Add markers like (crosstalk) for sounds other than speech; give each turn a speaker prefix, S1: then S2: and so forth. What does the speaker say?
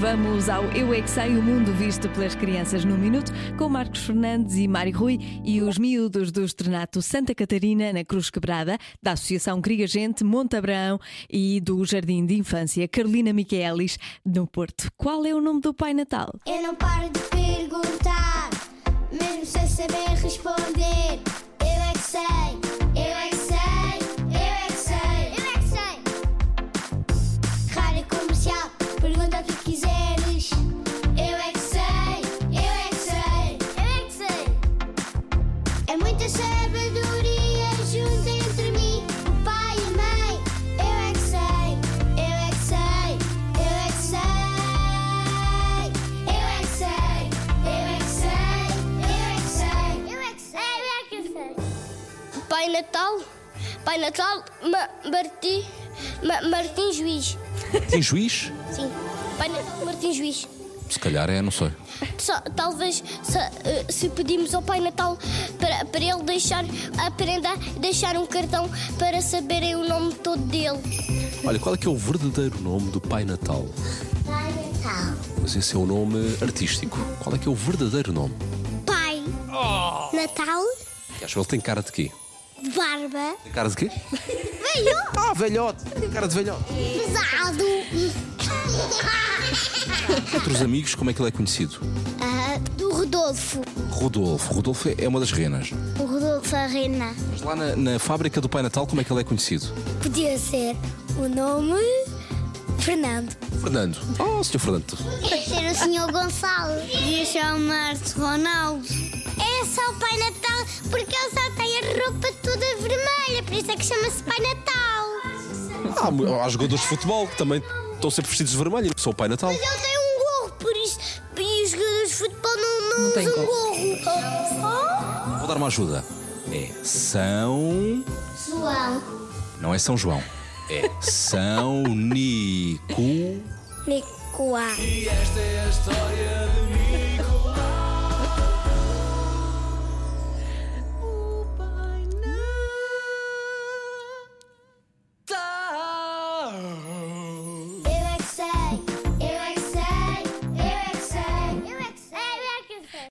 S1: Vamos ao Eu é que Sei, o mundo visto pelas crianças no minuto, com Marcos Fernandes e Mário Rui e os miúdos do Estrenato Santa Catarina, na Cruz Quebrada, da Associação Queria Gente, Monte Abrão e do Jardim de Infância Carolina Miquelis, no Porto. Qual é o nome do Pai Natal?
S2: Eu não paro de perguntar, mesmo sem saber responder. Eu é que sei, eu é que sei, eu é que sei, eu é que sei. Rádio comercial, pergunta o que quiseres. Eu é que sei, eu é que sei, eu é que sei. É muita sabedoria junto entre mim, o pai e a mãe. Eu é que sei, eu é que sei, eu é que sei. Eu é que sei, eu é que sei, eu é que sei, eu é que sei, eu é que sei. Pai Natal, Pai Natal, Ma Martim, Ma Martim Juiz.
S3: Tem juiz?
S2: Sim, Pai Natal, Martim Juiz.
S3: Se calhar é, não sei.
S2: Só- talvez se, eh, se pedimos ao Pai Natal para, para ele deixar a prenda, deixar um cartão para saberem o nome todo dele.
S3: Olha, qual é que é o verdadeiro nome do Pai Natal?
S2: Pai Natal.
S3: Mas esse é o nome artístico. Qual é que é o verdadeiro nome?
S2: Pai Natal,
S3: Acho que ele tem cara de quê?
S2: barba,
S3: Tem cara de quê?
S2: velho,
S3: Ah, velhote! Tem cara de velhote.
S2: (laughs) pesado.
S3: Outros amigos, como é que ele é conhecido?
S2: Ah, do Rodolfo.
S3: Rodolfo. Rodolfo é uma das renas.
S2: O Rodolfo Arena.
S3: Mas lá na, na fábrica do Pai Natal, como é que ele é conhecido?
S2: Podia ser o nome Fernando.
S3: Fernando. Oh, Sr. Fernando.
S2: Podia ser o Sr. Gonçalo. Podia chamar-se Ronaldo. É só o Pai Natal porque ele só tem a roupa toda vermelha, por isso é que chama-se Pai Natal.
S3: Ah, mu- há jogadores de futebol que também estão sempre vestidos de vermelho. Sou o Pai Natal.
S2: Mas ele tem um gorro, por isso e os jogadores de futebol não, não,
S1: Não tem
S2: usam
S1: gorro.
S2: gorro.
S3: Vou dar uma ajuda. É São...
S2: Oh, João.
S3: Não é São João. É São Nico...
S2: Nicolau.
S3: E esta é a história
S2: é é